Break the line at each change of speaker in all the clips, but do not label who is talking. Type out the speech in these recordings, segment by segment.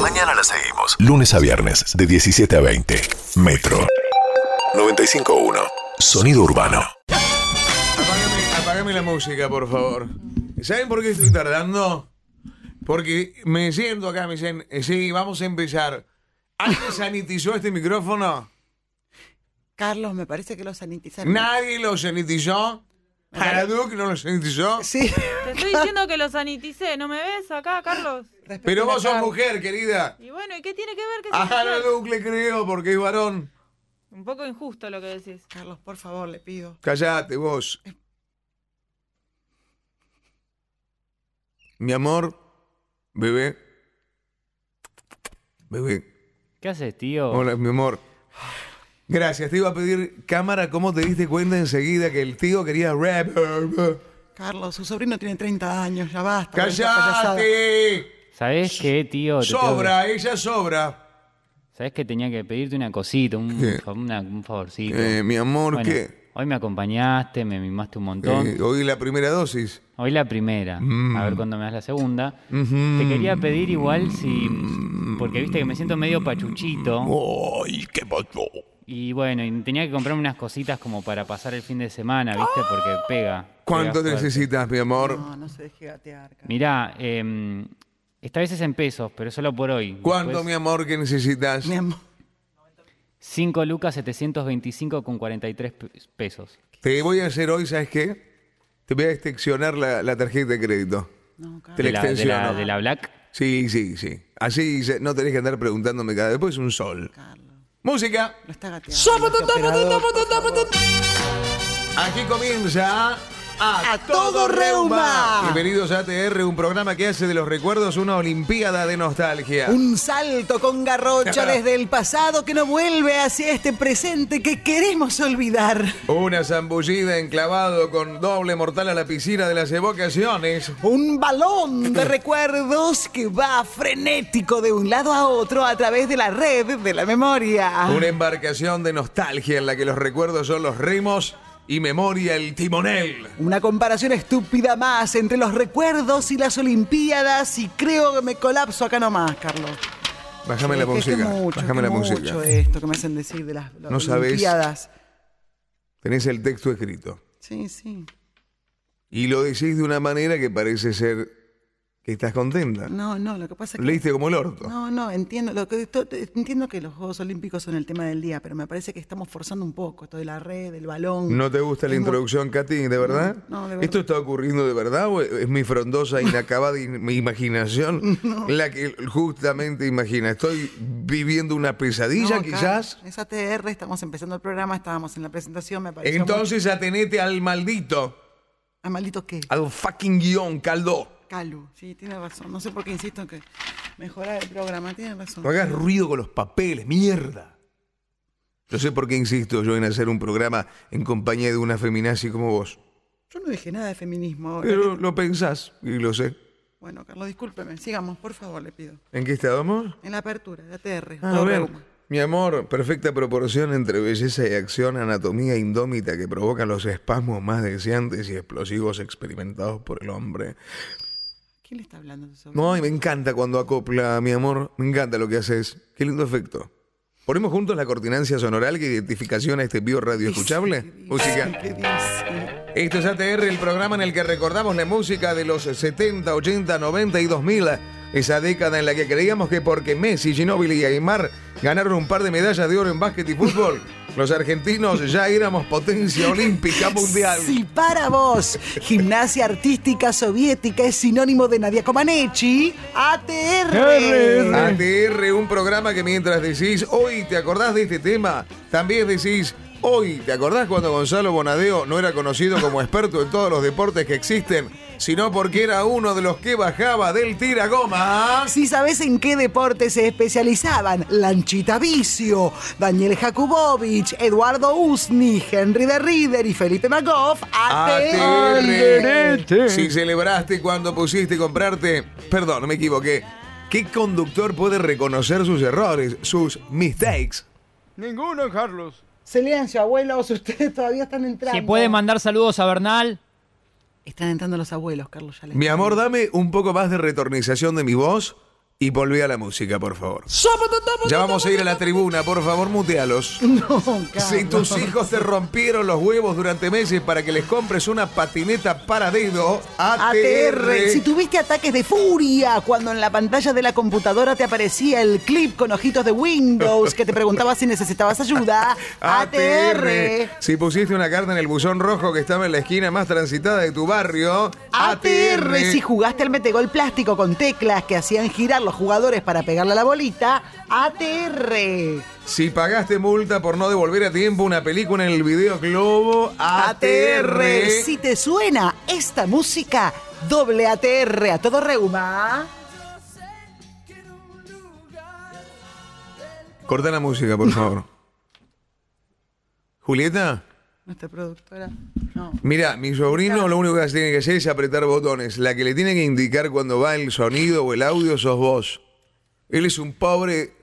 Mañana la seguimos. Lunes a viernes, de 17 a 20. Metro 95.1. Sonido urbano.
Apágame, apágame la música, por favor. ¿Saben por qué estoy tardando? Porque me siento acá, me dicen, eh, sí, vamos a empezar. ¿Alguien sanitizó este micrófono?
Carlos, me parece que lo sanitizaron.
¿Nadie lo sanitizó? ¿Haraduk no lo sanitizó?
Sí.
Te estoy diciendo que lo saniticé, ¿no me ves acá, Carlos?
Pero vos sos
Respeten a
mujer, querida.
Y bueno, ¿y qué tiene que ver que
A
sea mujer?
Haraduk le creo porque es varón.
Un poco injusto lo que decís.
Carlos. Carlos, por favor, le pido.
Callate vos. Mi amor, bebé. Bebé.
¿Qué haces, tío?
Hola, mi amor. Gracias, te iba a pedir cámara, ¿cómo te diste cuenta enseguida que el tío quería rap?
Carlos, su sobrino tiene 30 años, ya basta. con esta payasada.
¡Cállate!
¿Sabés qué, tío? Te tengo
Sobra, ella sobra.
que- ¿Sabés que tenía que pedirte una cosita, un,
¿Qué?
fa- una- un favorcito?
Eh, mi amor,
Bueno,
¿qué?
Hoy me acompañaste, me mimaste un montón.
Eh, mm. hoy la primera dosis.
Hoy la primera, a ver cuándo me das la segunda.
Ujú.
Te quería pedir igual si...
Mm.
Porque viste que me siento medio pachuchito.
Oh. ¡Ay, qué pasó!
Y bueno, y tenía que comprarme unas cositas como para pasar el fin de semana, viste, porque pega.
¿Cuánto
pega fuerte.
necesitas, mi amor?
No, no se deje gatear, Carlos.
Mirá, eh, esta vez es en pesos, pero solo por hoy.
¿Cuánto,
Después-
mi amor, que necesitas?
Mi amor.
5 lucas 725 con 43 pe- pesos.
Te voy a hacer hoy, ¿sabes qué? Te voy a extensionar la, la tarjeta de crédito.
No, Carlos.
Te la
de, la, de, la,
extensiono.
de la Black.
Sí, sí, sí. Así se- no tenés que andar preguntándome cada después un sol.
Carlos.
Música.
Lo está gateando. este operador, por favor.
Aquí comienza A,
A Todo Reuma.
Bienvenidos a ATR, un programa que hace de los recuerdos una olimpiada de nostalgia.
Un salto con garrocha desde el pasado que no vuelve hacia este presente que queremos olvidar.
Una zambullida enclavado con doble mortal a la piscina de las evocaciones.
Un balón de recuerdos que va frenético de un lado a otro a través de la red de la memoria.
Una embarcación de nostalgia en la que los recuerdos son los remos y memoria el timonel.
Una comparación estúpida más entre los recuerdos y las Olimpiadas y creo que me colapso acá nomás, Carlos.
Bájame la
Es que es que
música.
mucho,
Bájame
es
la
que
música.
mucho eh. esto que me hacen decir de las
No sabés.
Olimpiadas.
Tenés el texto escrito.
Sí, sí.
Y lo decís de una manera que parece ser que estás contenta.
No, no, lo que pasa es que...
Leíste como el orto.
Mm. No, no, entiendo. Lo que, to- entiendo que los Juegos Olímpicos son el tema del día, pero me parece que estamos forzando un poco esto de la red, del balón.
¿No te gusta la
Es mu-
introducción, Katy? ¿De verdad?
no, de verdad.
¿Esto está ocurriendo de verdad o es mi frondosa, inacabada in- mi imaginación la que justamente imagina? ¿Estoy viviendo una pesadilla
No,
quizás?
Carlos, Es ATR, estamos empezando el programa, estábamos en la presentación, me parece.
Entonces atenete al maldito,
¿A maldito qué?
al fucking guión, Caldo.
Calu, sí, tiene razón. No sé por qué insisto en que mejorar el programa, tiene razón.
No hagas ruido con los papeles, mierda. Yo sé por qué insisto yo en hacer un programa en compañía de una feminazi como vos.
Yo no dije nada de feminismo ahora.
Pero lo pensás, y lo sé.
Bueno, Carlos, discúlpeme, sigamos, por favor, le pido.
¿En qué estábamos?
En la apertura de ATR.
Ah,
todo
a ver,
reuma.
mi amor, perfecta proporción entre belleza y acción, anatomía indómita que provoca los espasmos más deseantes y explosivos experimentados por el hombre.
¿Quién le está hablando de eso?
No, y me encanta cuando acopla, mi amor, me encanta lo que haces. Qué lindo efecto. ¿Ponemos juntos la coordinancia sonoral que identificaciona este bio radio escuchable? Música.
¿Qué dice?
Esto Este es ATR, el programa en el que recordamos la música de los 70, 80, 90 y 2000. Esa década en la que creíamos que porque Messi, Ginóbili y Aymar ganaron un par de medallas de oro en básquet y fútbol, los argentinos ya éramos potencia olímpica mundial.
Si para vos gimnasia artística soviética es sinónimo de Nadia Comaneci, ATR.
ATR, un programa que mientras decís, hoy te acordás de este tema, también decís, hoy te acordás cuando Gonzalo Bonadeo no era conocido como experto en todos los deportes que existen, sino porque era uno de los que bajaba del tiragoma.
Si sabes en qué deporte se especializaban Lanchita Vicio, Daniel Jakubowicz, Eduardo Usni, Henry de Rieder y Felipe Magoff, ATR.
ATR. Si celebraste cuando pusiste comprarte. Perdón, me equivoqué. ¿Qué conductor puede reconocer sus errores, sus mistakes?
Ninguno, Carlos.
Silencio, abuelos, ustedes todavía están entrando.
Si puede mandar saludos a Bernal.
Están entrando los abuelos, Carlos. Ya les
Mi amor, dame un poco más de retornización de mi voz y volví a la música, por favor. Ya vamos a ir a la tribuna, por favor, mutealos.
No,
Si
Carlos.
tus hijos te rompieron los huevos durante meses para que les compres una patineta para dedo, ATR.
ATR. Si tuviste ataques de furia cuando en la pantalla de la computadora te aparecía el clip con ojitos de Windows que te preguntaba si necesitabas ayuda. ATR.
Si pusiste una carta en el buzón rojo que estaba en la esquina más transitada de tu barrio,
ATR. Si jugaste al metegol plástico con teclas que hacían girar los jugadores para pegarle a la bolita. ATR.
Si pagaste multa por no devolver a tiempo una película en el videoclub, ATR.
Si te suena esta música, doble ATR a todo reuma.
Corta la música, por favor. Julieta,
Nuestra productora. No.
mira, mi sobrino lo único que tiene que hacer es apretar botones. La que le tiene que indicar cuando va el sonido o el audio sos vos. Él es un pobre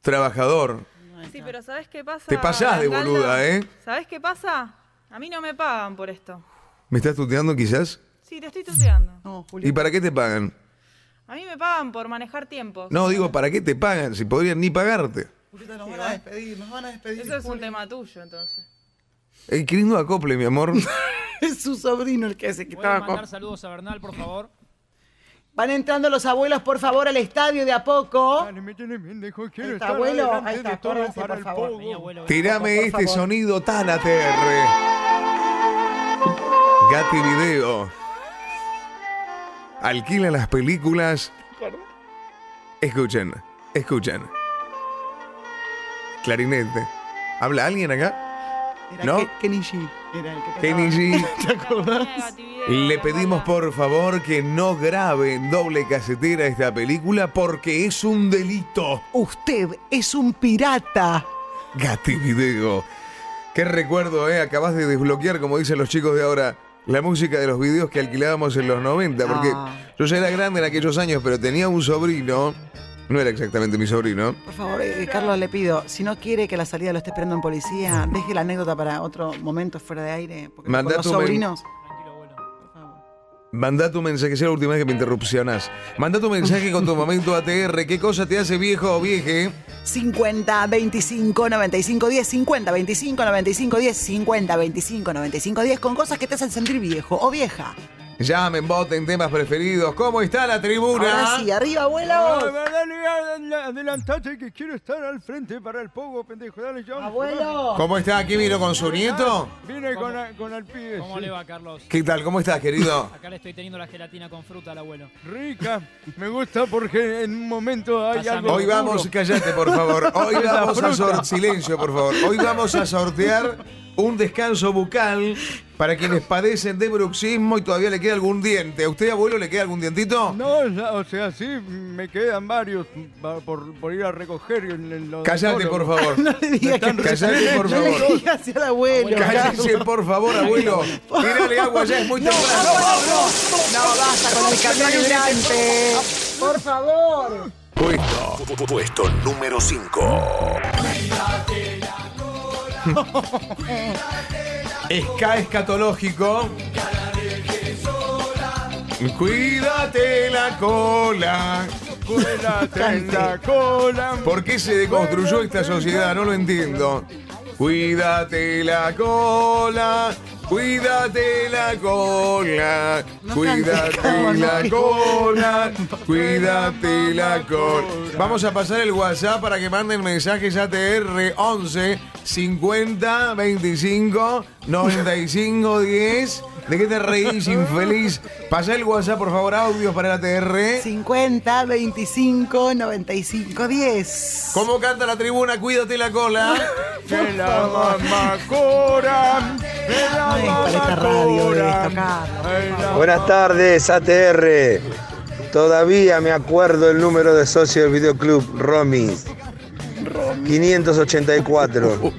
trabajador.
Sí, pero ¿sabes qué pasa?
Te pasás de
Gandalf?
boluda, ¿eh?
¿Sabes qué pasa? A mí no me pagan por esto.
¿Me estás tuteando quizás?
Sí, te estoy tuteando.
No, Juli.
¿Y para qué te pagan?
A mí me pagan por manejar tiempos.
No, digo, ¿para qué te pagan si podrían ni pagarte?
nos van a despedir, nos van a despedir.
Eso es un tema tuyo, entonces.
El qué lindo acople, mi amor.
Es su sobrino el que se
¿Pueden
quitaba
mandar
con...
saludos a Bernal, por favor?
Van entrando los abuelos, por favor, al estadio de a poco.
Dale, me tienen bien lejos, quiero
Ahí está,
estar
abuelo,
adelante
ahí está,
de todo
acuérdense,
para
por
el
favor.
pogo.
Mi abuelo.
Tirame
Por
este
favor.
sonido tan ATR. Gati Video. Alquila las películas. Escuchen, escuchen. Clarinete. ¿Habla alguien acá?
Era
¿No?
Ke- Kenny G. Era el que
Kenny G.
Negatividad,
Le
la
pedimos
mala.
por favor que no grabe en doble casetera esta película porque es un delito.
Usted es un pirata.
Gati Video. Qué recuerdo, ¿eh? Acabas de desbloquear, como dicen los chicos de ahora, la música de los videos que alquilábamos en los 90. Porque
Ah.
yo ya era grande en aquellos años, pero tenía un sobrino. No era exactamente mi sobrino.
Por favor, eh, Carlos, le pido, si no quiere que la salida lo esté esperando un policía, deje la anécdota para otro momento fuera de aire. Porque
Mandá
con los
tu men-
sobrinos. Por favor.
Mandá tu mensaje, sea la última vez que me interrupcionás. Mandá tu mensaje con tu momento ATR. ¿Qué cosa te hace viejo o vieje?
50 25 95 10 50 25 95 10 50 25 95 10 con cosas que te hacen sentir viejo o vieja.
Llamen, voten temas preferidos. ¿Cómo está la
Ahora
tribuna?
sí, arriba
Dale,
abuelo.
dale, adela- adelantate que quiero estar al frente para el pogo, pendejo. Dale,
Ah,
ya.
Abuelo.
¿Cómo está? ¿Aquí vino con su nieto?
Viene con, a- con el pibe.
¿Cómo
sí.
le va, Carlos?
¿Qué tal? ¿Cómo estás, querido?
Acá le estoy teniendo la gelatina con fruta al abuelo.
Rica. Me gusta porque en un momento hay
Pásame.
algo.
Hoy
duro.
vamos, callate por favor. Hoy
Esa
vamos a
fruta.
sortear, silencio por favor. Hoy vamos a sortear un descanso bucal para quienes padecen de bruxismo y todavía le queda algún diente. ¿A usted, abuelo, le queda algún dientito?
No, o sea- o sea, sí, me quedan varios va- por, por ir a recoger. En, en los
Callate por
odontólogos.
favor.
No le digas que
Están Callate por
No le
favor.
digas al abuelo. Carlos.
Cállese por favor, abuelo. Tírale agua, ya es muy temprano.
No basta con el caminante. Por favor.
Puesto. Puesto número 5.
Esca escatológico. Cuídate la cola.
Cuélate en la cola.
¿Por qué se deconstruyó esta sociedad? No lo entiendo. Cuídate la cola, cuídate la cola, cuídate la cola, cuídate la cola. Vamos a pasar el WhatsApp para que manden mensajes ATR 11 50 25 95 10. ¿De qué te reís, infeliz? Pasá el WhatsApp, por favor, audios para la ATR.
50 25 95 10.
¿Cómo canta la tribuna? Cuídate la cola.
De la mamacora, de
No es para esta
la
radio de esto,
mamacora.
Carlos.
de la
Buenas tardes, ATR. Todavía me acuerdo el número de socio del videoclub, Romy. 584.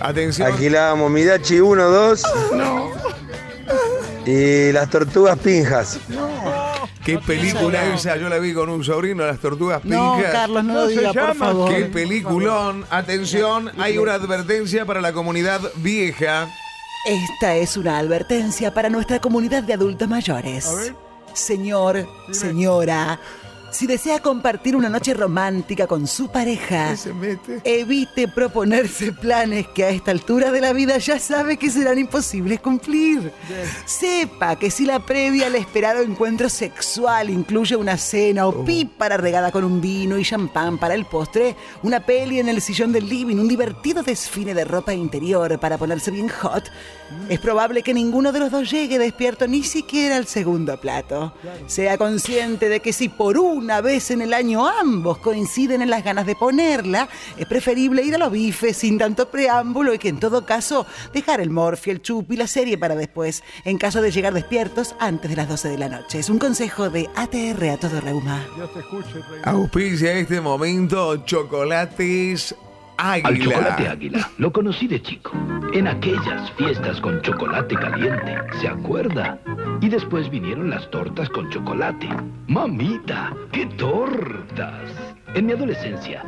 Atención.
Alquilábamos Midachi 1, 2. Y las tortugas pinjas.
Qué película esa, yo la vi con un sobrino, las tortugas
No,
pinjas.
Carlos, no, lo
No se
diga, por
llama.
favor.
Qué peliculón. Atención, hay una advertencia para la comunidad vieja.
Esta es una advertencia para nuestra comunidad de adultos mayores.
A ver.
Señor, señora, Si desea compartir una noche romántica con su pareja,
¿Qué se mete?
evite proponerse planes que a esta altura de la vida ya sabe que serán imposibles cumplir. Sepa que si la previa al esperado encuentro sexual incluye una cena o pípara regada con un vino y champán para el postre, una peli en el sillón del living, un divertido desfile de ropa interior para ponerse bien hot, es probable que ninguno de los dos llegue despierto ni siquiera al segundo plato. Sea consciente de que si por una vez en el año ambos coinciden en las ganas de ponerla, es preferible ir a los bifes sin tanto preámbulo y que en todo caso dejar el morfi, el chup y la serie para después, en caso de llegar despiertos antes de las 12 de la noche. Es un consejo de ATR a todo reuma.
Dios te escuche, Rey.
Auspicia este momento Chocolates
Al chocolate
Águila.
águila lo conocí de chico, en aquellas fiestas con chocolate caliente, ¿se acuerda? Y después vinieron las tortas con chocolate. ¡Mamita! ¡Qué tortas! En mi adolescencia,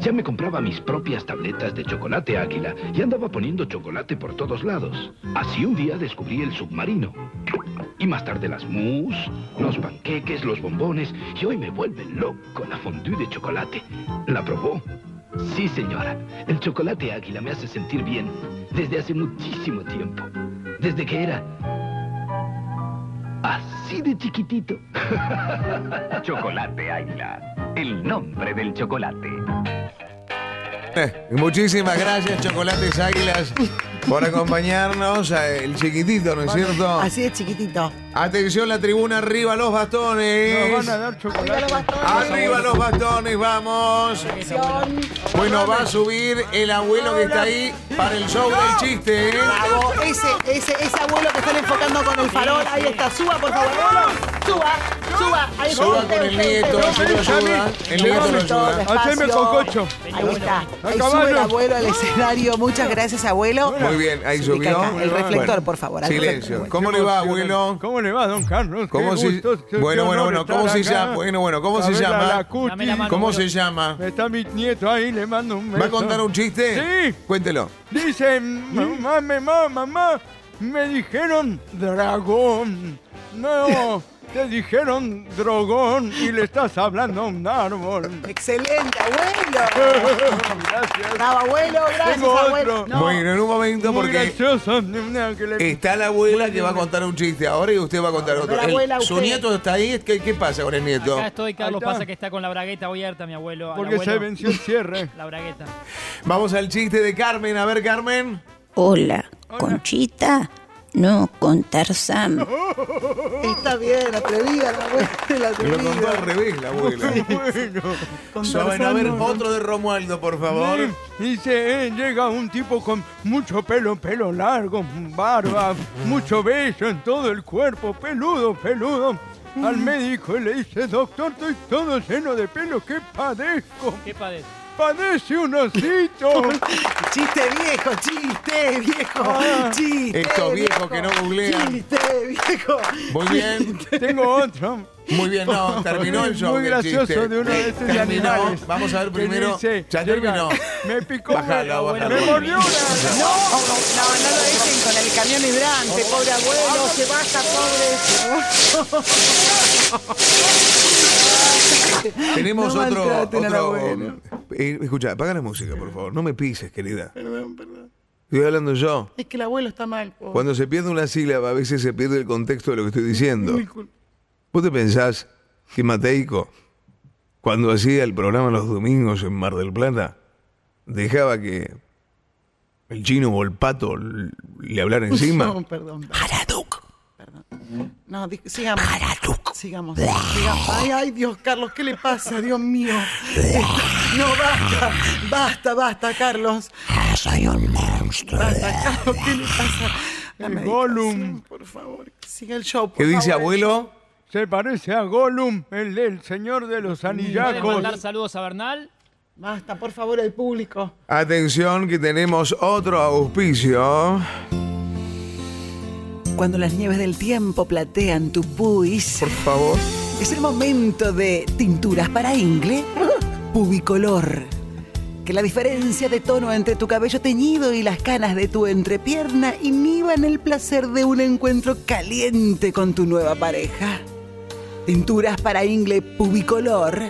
ya me compraba mis propias tabletas de chocolate águila y andaba poniendo chocolate por todos lados. Así un día descubrí el submarino. Y más tarde las mousse, los panqueques, los bombones. Y hoy me vuelve loco la fondue de chocolate. ¿La probó? Sí, señora. El chocolate águila me hace sentir bien desde hace muchísimo tiempo. Desde que era así de chiquitito. chocolate águila. El nombre del chocolate.
Eh, muchísimas gracias Chocolates Águilas por acompañarnos. eh, El chiquitito, ¿no es cierto?
Así de chiquitito.
Atención la tribuna, arriba los bastones.
Nos van a dar chocolate.
Arriba los bastones, vamos. Bueno, va a subir el abuelo que está ahí para el show del chiste. ¿eh?
Bravo, ese, ese, ese abuelo que están enfocando con el farol. Ahí está, suba por favor, abuelo. Suba, suba. Ahí está,
Suba
usted,
con el
usted,
nieto,
usted.
así lo ayuda. El nieto ¿eh? lo ayuda.
Haceme cococho.
Ahí está. Ahí
A
sube el
caballo.
abuelo al escenario. Muchas gracias, abuelo.
Muy bien, ahí
Se ubica
subió.
acá. El reflector,
Bueno,
por favor. al
Silencio.
reflector.
¿Cómo le va, abuelo?
¿Cómo le va, don Carlos?
¿Cómo
Qué
se-
gusto, qué
Bueno, bueno,
honor
bueno,
estar
¿cómo se
acá.
llama? Bueno, bueno, ¿cómo se
Isabela
llama?
Lacuti.
Dame la mano.
¿Cómo se llama?
Está mi nieto ahí, le mando un beso.
¿Va a contar un chiste?
Sí.
Cuéntelo.
Dice, mamá, mamá, mamá, me dijeron dragón. No, te dijeron drogón y le estás hablando a un árbol.
Excelente, abuelo.
Gracias.
Bravo, abuelo. Gracias,
Tengo
abuelo.
otro.
No.
Bueno, en un momento,
Muy
porque
gracioso. una que le-
está la abuela que va a contar un chiste ahora y usted va a contar otro.
la
El-
abuela,
¿Su
usted.
nieto está ahí? ¿Qué, qué pasa con el nieto?
Acá estoy, Carlos.
Ahí está.
Pasa que está con la bragueta abierta, mi abuelo. al
Porque se
abuelo.
venció el cierre.
La bragueta.
Vamos al chiste de Carmen. A ver, Carmen.
Hola, Conchita. No, con Tarzán.
Está bien, atrevida la abuela. La
Lo contó al
atrevida.
revés la abuela.
Con
Saben, a
Tarzán,
ver,
no, no.
otro de Romualdo, por favor.
Sí, Dice, eh, llega un tipo con mucho pelo, pelo largo, barba, mucho vello en todo el cuerpo, peludo, peludo. Al médico y le dice, doctor, estoy todo lleno de pelo, ¿qué padezco?
¿Qué padece?
Padece un osito.
Chiste viejo, chiste viejo. Chiste
Estos viejos que no googlean.
Ah. Chiste viejo.
Muy bien.
Tengo otro.
Muy bien, no, terminó el
Muy
show. del
gracioso
chiste.
de uno de estos
Terminó.
animales.
Vamos a ver
que
primero.
dice,
ya
llega,
terminó.
Me picó.
Bájalo,
me-
bájalo.
Me mordió
No,
una.
no, no lo dejen con el camión hidrante, pobre abuelo, se baja, pobre.
Tenemos
No
otro.
maltraten al
otro-
abuelo.
Eh, escucha, apaga la música, por favor. No me pises, querida. Perdón, perdón. Estoy hablando yo.
Es que el abuelo está mal. pobre.
Cuando se pierde una sílaba, a veces se pierde el contexto de lo que estoy diciendo. ¿Vos te pensás que Mateico, cuando hacía el programa los domingos en Mar del Plata, dejaba que el chino o el pato l- le hablara encima?
No, perdón. Perdón. No, di- sigamos. Sigamos. sigamos. Ay, ay, Dios, Carlos, ¿qué le pasa? Dios mío. No, basta. Basta, basta, Carlos. Basta, Carlos, ¿qué le pasa? La
El
medicación,
Gollum.
Por favor, que siga el show. por
¿Qué dice
favor.
abuelo?
Se parece a Gollum, el del señor de los
¿Pueden
anillacos.
mandar saludos a Bernal?
Basta, por favor, el público.
Atención que tenemos otro auspicio.
Cuando las nieves del tiempo platean tu puis,
Por favor.
es el momento de tinturas para ingle, pubicolor. Que la diferencia de tono entre tu cabello teñido y las canas de tu entrepierna inhiban el placer de un encuentro caliente con tu nueva pareja. Tinturas para ingle pubicolor.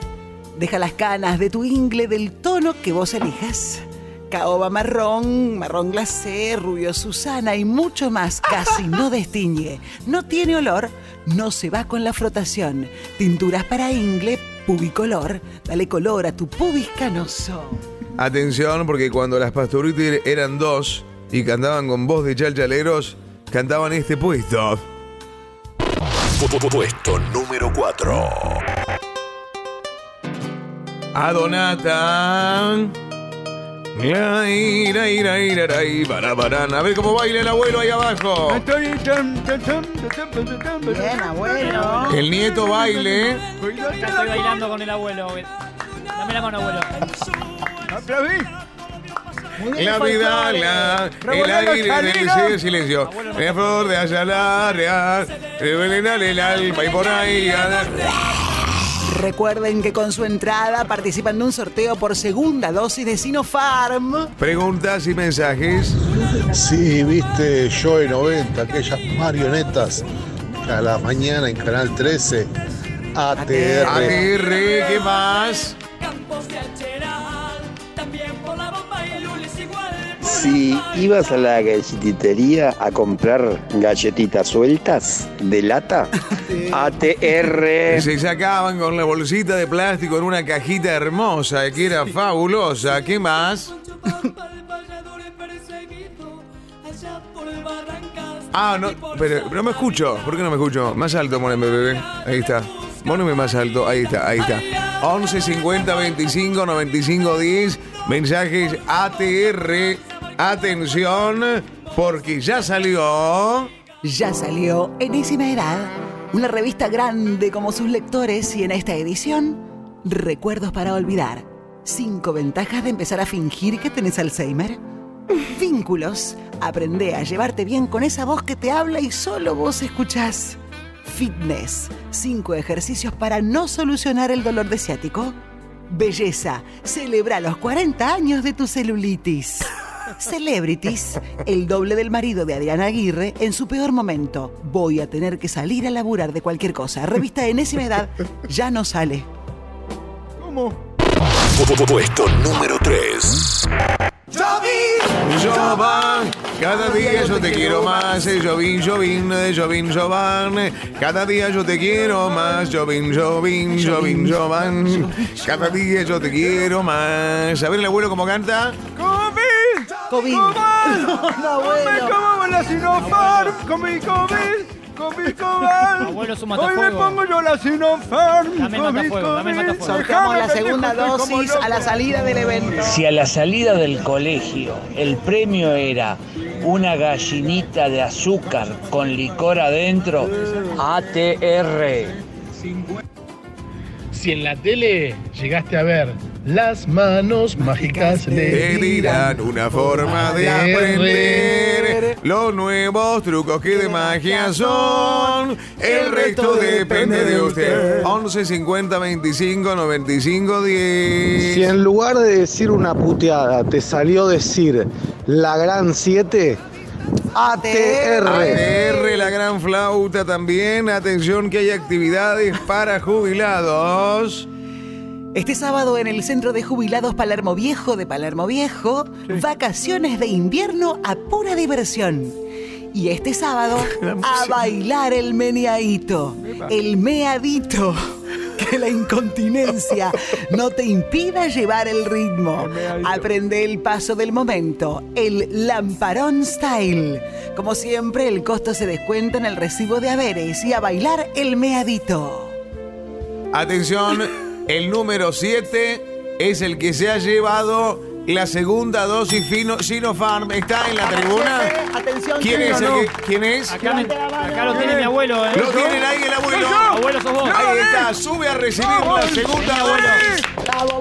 Deja las canas de tu ingle del tono que vos elijas. Caoba marrón, marrón glacé, rubio Susana y mucho más. Casi no destiñe. No tiene olor, no se va con la frotación. Tinturas para ingle pubicolor. Dale color a tu pubis canoso.
Atención, porque cuando las pasturitas eran dos y cantaban con voz de chalchaleros, cantaban este puesto.
Puesto número 4.
Adonata. La, ira, ira, ira, ira, y bara, barán. A ver cómo baila el abuelo ahí abajo.
Estoy tan, tan, tan, tan, tan, tan, tan,
Bien, abuelo.
Que el nieto baile.
Ya estoy bailando con el abuelo. güey. Dame la mano, abuelo.
Aplaudí.
La vida, la, el
Revolviendo
aire del
Chalino.
silencio, silencio. La flor de Ayala, real, revelar el alma y por ahí. anda.
Recuerden que con su entrada participan de un sorteo por segunda dosis de Sinopharm.
Preguntas y mensajes.
Sí, viste Joe 90, aquellas marionetas que a la mañana en Canal 13. ATR.
ATR, ¿qué más?
Si ibas a la galletitería a comprar galletitas sueltas de lata,
Eh.
ATR.
Se sacaban con la bolsita de plástico en una cajita hermosa que era fabulosa. ¿Qué más? Ah, no, pero no me escucho. ¿Por qué no me escucho? Más alto, poneme, bebé. Ahí está. Poneme más alto. Ahí está, ahí está. 11 50 25 95 10. Mensajes ATR. Atención, porque ya salió.
Ya salió Enésima Edad, una revista grande como sus lectores y en esta edición, Recuerdos para Olvidar. Cinco ventajas de empezar a fingir que tenés Alzheimer. Vínculos. Aprende a llevarte bien con esa voz que te habla y solo vos escuchás. Fitness. Cinco ejercicios para no solucionar el dolor de ciático. Belleza. Celebra los 40 años de tu celulitis. Celebrities. El doble del marido de Adriana Aguirre en su peor momento. Voy a tener que salir a laburar de cualquier cosa. Revista Enésima Edad ya no sale.
Puesto número 3.
Jovan, cada día yo te quiero más, eh, Jovin, Jovin, eh, Jovin, Jovan, eh, cada día yo te quiero más, Jovin, Jovin, Jovin, Jovan, cada día yo te quiero más. A ver el abuelo cómo canta.
¡Covid!
¡Covid!
¡No, abuelo! ¡Come, come la Sinopharm! ¡Come, come! ¡Come, come!
Abuelo, es un
Hoy me
matafuego.
pongo yo la Sinopharm.
Dame el matafuego, dame el matafuego.
Sorteamos la segunda dosis a la salida del evento.
Si a la salida del colegio el premio era una gallinita de azúcar con licor adentro, ATR.
Si en la tele llegaste a ver las manos mágicas
Te
de
dirán una forma de aprender los nuevos trucos que de magia son. El resto depende de usted. 11 50 25 95 10.
Si en lugar de decir una puteada te salió decir la gran 7, ATR.
ATR, la gran flauta también. Atención que hay actividades para jubilados.
Este sábado en el Centro de Jubilados Palermo Viejo de Palermo Viejo, vacaciones de invierno a pura diversión. Y este sábado a bailar el meniaito, el meadito. Que la incontinencia no te impida llevar el ritmo. Aprende el paso del momento, el lamparón style. Como siempre, el costo se descuenta en el recibo de haberes y a bailar el meadito.
Atención, el número 7 es el que se ha llevado la segunda dosis fino, Sinopharm. ¿Está en la tribuna?
Atención,
¿Quién
sí
es?
o
el
no?
que- ¿Quién es?
Acá, me- acá lo tiene mi abuelo, ¿eh?
Lo tienen ahí el abuelo.
Soy yo. Abuelo, sos vos.
Ahí está, sube a recibir la segunda
Venga, abuelo.
dosis.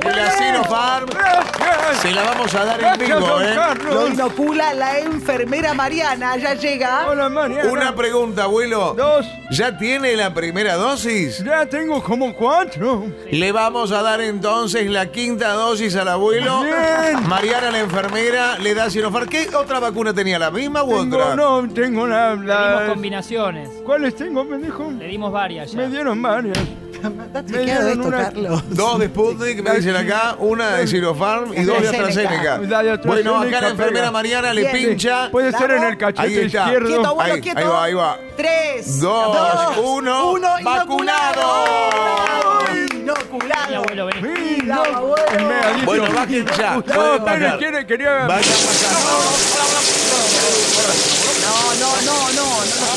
de La Sinopharm. Se la vamos a dar en
Gracias,
vivo,
don
¿eh?
Carlos.
Lo inocula la enfermera Mariana. Ya llega.
Hola, Mariana.
Una pregunta, abuelo. Dos. ¿Ya tiene la primera dosis?
Ya tengo como cuatro.
Le vamos a dar entonces la quinta dosis al abuelo.
Bien.
Mariana, la enfermera, le da Sinopharm. ¿Qué otra vacuna tenía? ¿La misma u otra?
No, no, tengo la...
Le dimos
la-
combinaciones.
¿Cuáles tengo? Me dijo.
Eh,
Le dimos varias ya.
Me dieron varias. Me
chequeado
dieron
esto,
una-
Carlos.
Dos de Sputnik, me dicen acá, una de Sinopharm y dos de AstraZeneca.
La de AstraZeneca
Bueno, acá la enfermera
pega.
Mariana le
Bien.
pincha.
Sí, Puede ser en el cachete
Ahí está.
izquierdo.
Quieto, abuelo,
ahí,
quieto.
ahí va, ahí va.
Tres,
Dos, uno, vacunado.
Inoculado.
Mi abuelo, vení.
Sí,
Bravo,
no,
abuelo.
me ha dicho-
Bueno, bajen ya.
Gustavo
Pueden
Pérez
bajar.
quiere, quería...
Vaya a pasar.
No, no, no, no.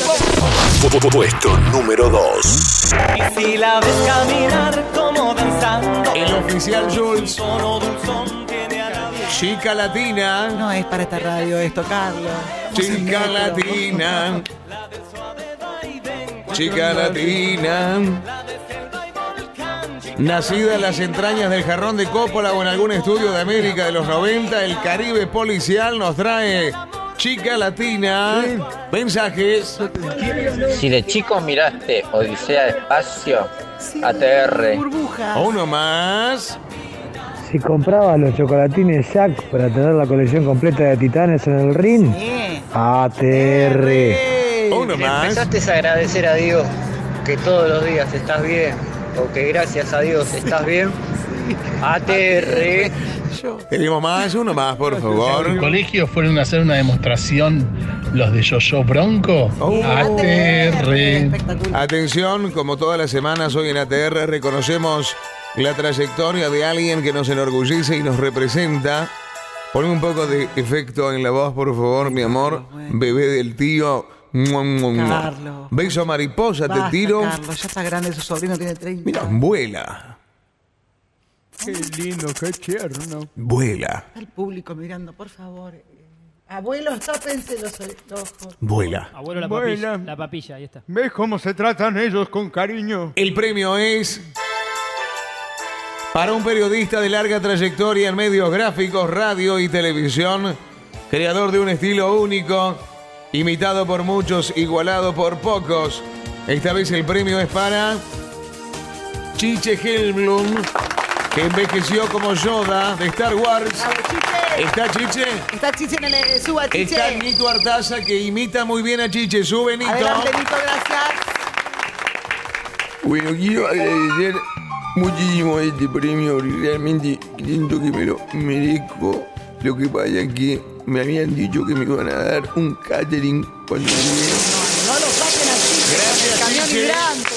no.
Puesto número 2.
Y si la ves caminar como danzando,
El oficial Jules,
solo dulzón tiene a la vida.
chica latina.
No es para esta radio esto, Carlos.
Chica
Música.
latina. Chica latina. Nacida en las entrañas del jarrón de Coppola o en algún estudio de América de los 90, el Caribe policial nos trae Chica Latina. Mensajes.
Si de chico miraste Odisea Espacio, ATR.
Burbuja.
Uno más.
Si compraba los chocolatines Jack para tener la colección completa de titanes en el ring,
Sí.
ATR.
Uno más.
a agradecer a Dios que todos los días estás bien, o que gracias a Dios estás bien, ATR.
Tenemos más. Uno más, por favor.
colegio fueron a hacer una demostración los de Yo-Yo Bronco.
Oh,
Oh.
ATR.
Espectacular.
Atención, como todas las semanas hoy en ATR reconocemos la trayectoria de alguien que nos enorgullece y nos representa. Ponme un poco de efecto en la voz, por favor, mi amor. Bebé del tío. Mua, mua, mua.
Carlos.
Beso mariposa,
Basta,
te tiro.
Carlos, ya está grande, su sobrino tiene 30.
Mira, vuela,
Qué lindo, qué tierno.
vuela,
Está el público mirando, por favor. Eh, Abuelo, tápense los ojos.
vuela.
Abuelo, la
Abuela.
papilla. La papilla, ahí está.
¿Ves cómo se tratan ellos con cariño?
El premio es para un periodista de larga trayectoria en medios gráficos, radio y televisión, creador de un estilo único, imitado por muchos, igualado por pocos. Esta vez el premio es para Chiche Helblum, que envejeció como Yoda de Star Wars.
Bravo, Chiche.
¿Está Chiche?
Está Chiche en el suba, Chiche.
Está Nito Artaza, que imita muy bien a Chiche. Sube, Nito.
Adelante, Nito, gracias.
Bueno, quiero agradecer muchísimo este premio, porque realmente siento que me lo merezco. Lo que pasa es que me habían dicho que me iban a dar un catering cuando llegué.
No lo saquen así.
Gracias,
el camión
Chiche.
vibrante.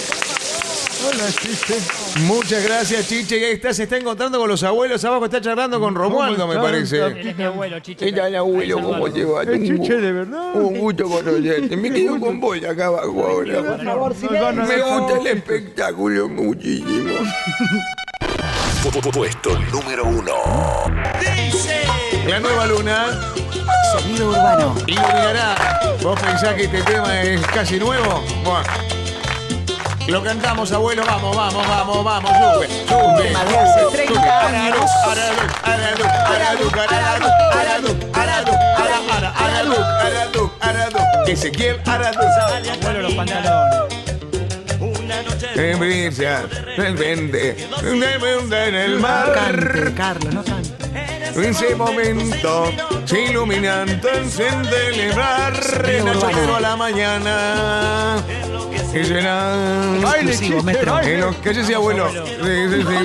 Hola, chiste.
Muchas gracias, Chiche. Y ahí está, se está encontrando con los abuelos. Abajo está charlando con Romualdo, me
están?
parece.
Él es mi abuelo, chiche.
¿Qué tal, abuelo?
Ahí,
¿Cómo
saludalo.
te va?
Es
Tengo
chiche de verdad.
un gusto conocerte. Me quedo con vos acá abajo ahora.
Por favor,
Nos van a
silencio.
Me
dejar-
gusta el espectáculo muchísimo.
Puesto número 1.
La nueva luna
Sonido urbano.
iluminará. ¿Vos pensás que este tema es casi nuevo? Bueno. Lo cantamos, abuelo. Vamos, vamos, vamos, vamos. Sube, sube.
Tema de hace 30 años.
Araduc, araduc, araduc, araduc, araduc, araduc, ara, ara, araduc, araduc, araduc. Ezequiel Araduc.
Abuelo, los pantalones.
En brisa, del vente, en el
No
mar.
cante, Carlos, no cante.
En ese momento se iluminan sin celebrar en a la mañana. Y serán
Baile,
Exclusivo,
chiste,
metro.
baile.
en los calles y abuelo. Sí, sí, sí,
No,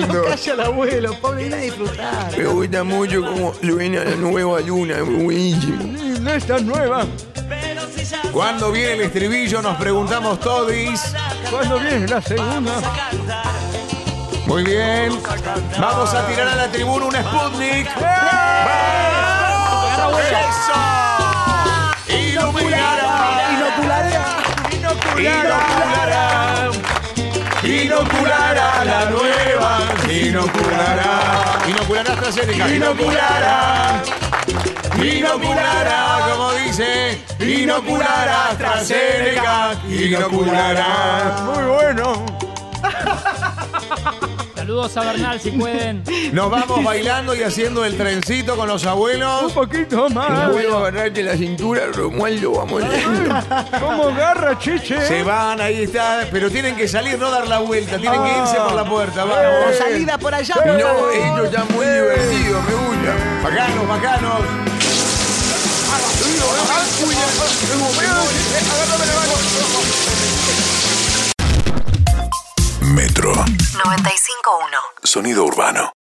no.
calla al abuelo, pobre, viene a disfrutar.
Me gusta mucho como suena la nueva luna, es buenísimo.
Sí, No está nueva.
Cuando viene el estribillo nos preguntamos todis.
¿Cuándo viene la segunda?
Muy bien. Vamos a tirar a la tribuna una Sputnik. ¡Vamos! ¡Eso! Iluminará.
Inoculadera.
Inoculará, inoculará la nueva, inoculará, inoculará AstraZeneca, inoculará, inoculará, como dice, inoculará AstraZeneca, inoculará.
Muy bueno.
La Saludos a Bernal si pueden.
Nos vamos bailando y haciendo el trencito con los abuelos. Un
poquito más.
Vuelvo a agarrarte la cintura, Romualdo, vamos.
¿Cómo garra, chiche?
Se van, ahí está. Pero tienen que salir, no dar la vuelta. Tienen que irse por la
Ah.
puerta. Vamos.
O salida por allá, por
No,
favor.
esto está muy divertido, me gusta.
Bacanos, bacanos.
Metro.
95.1.
Sonido urbano.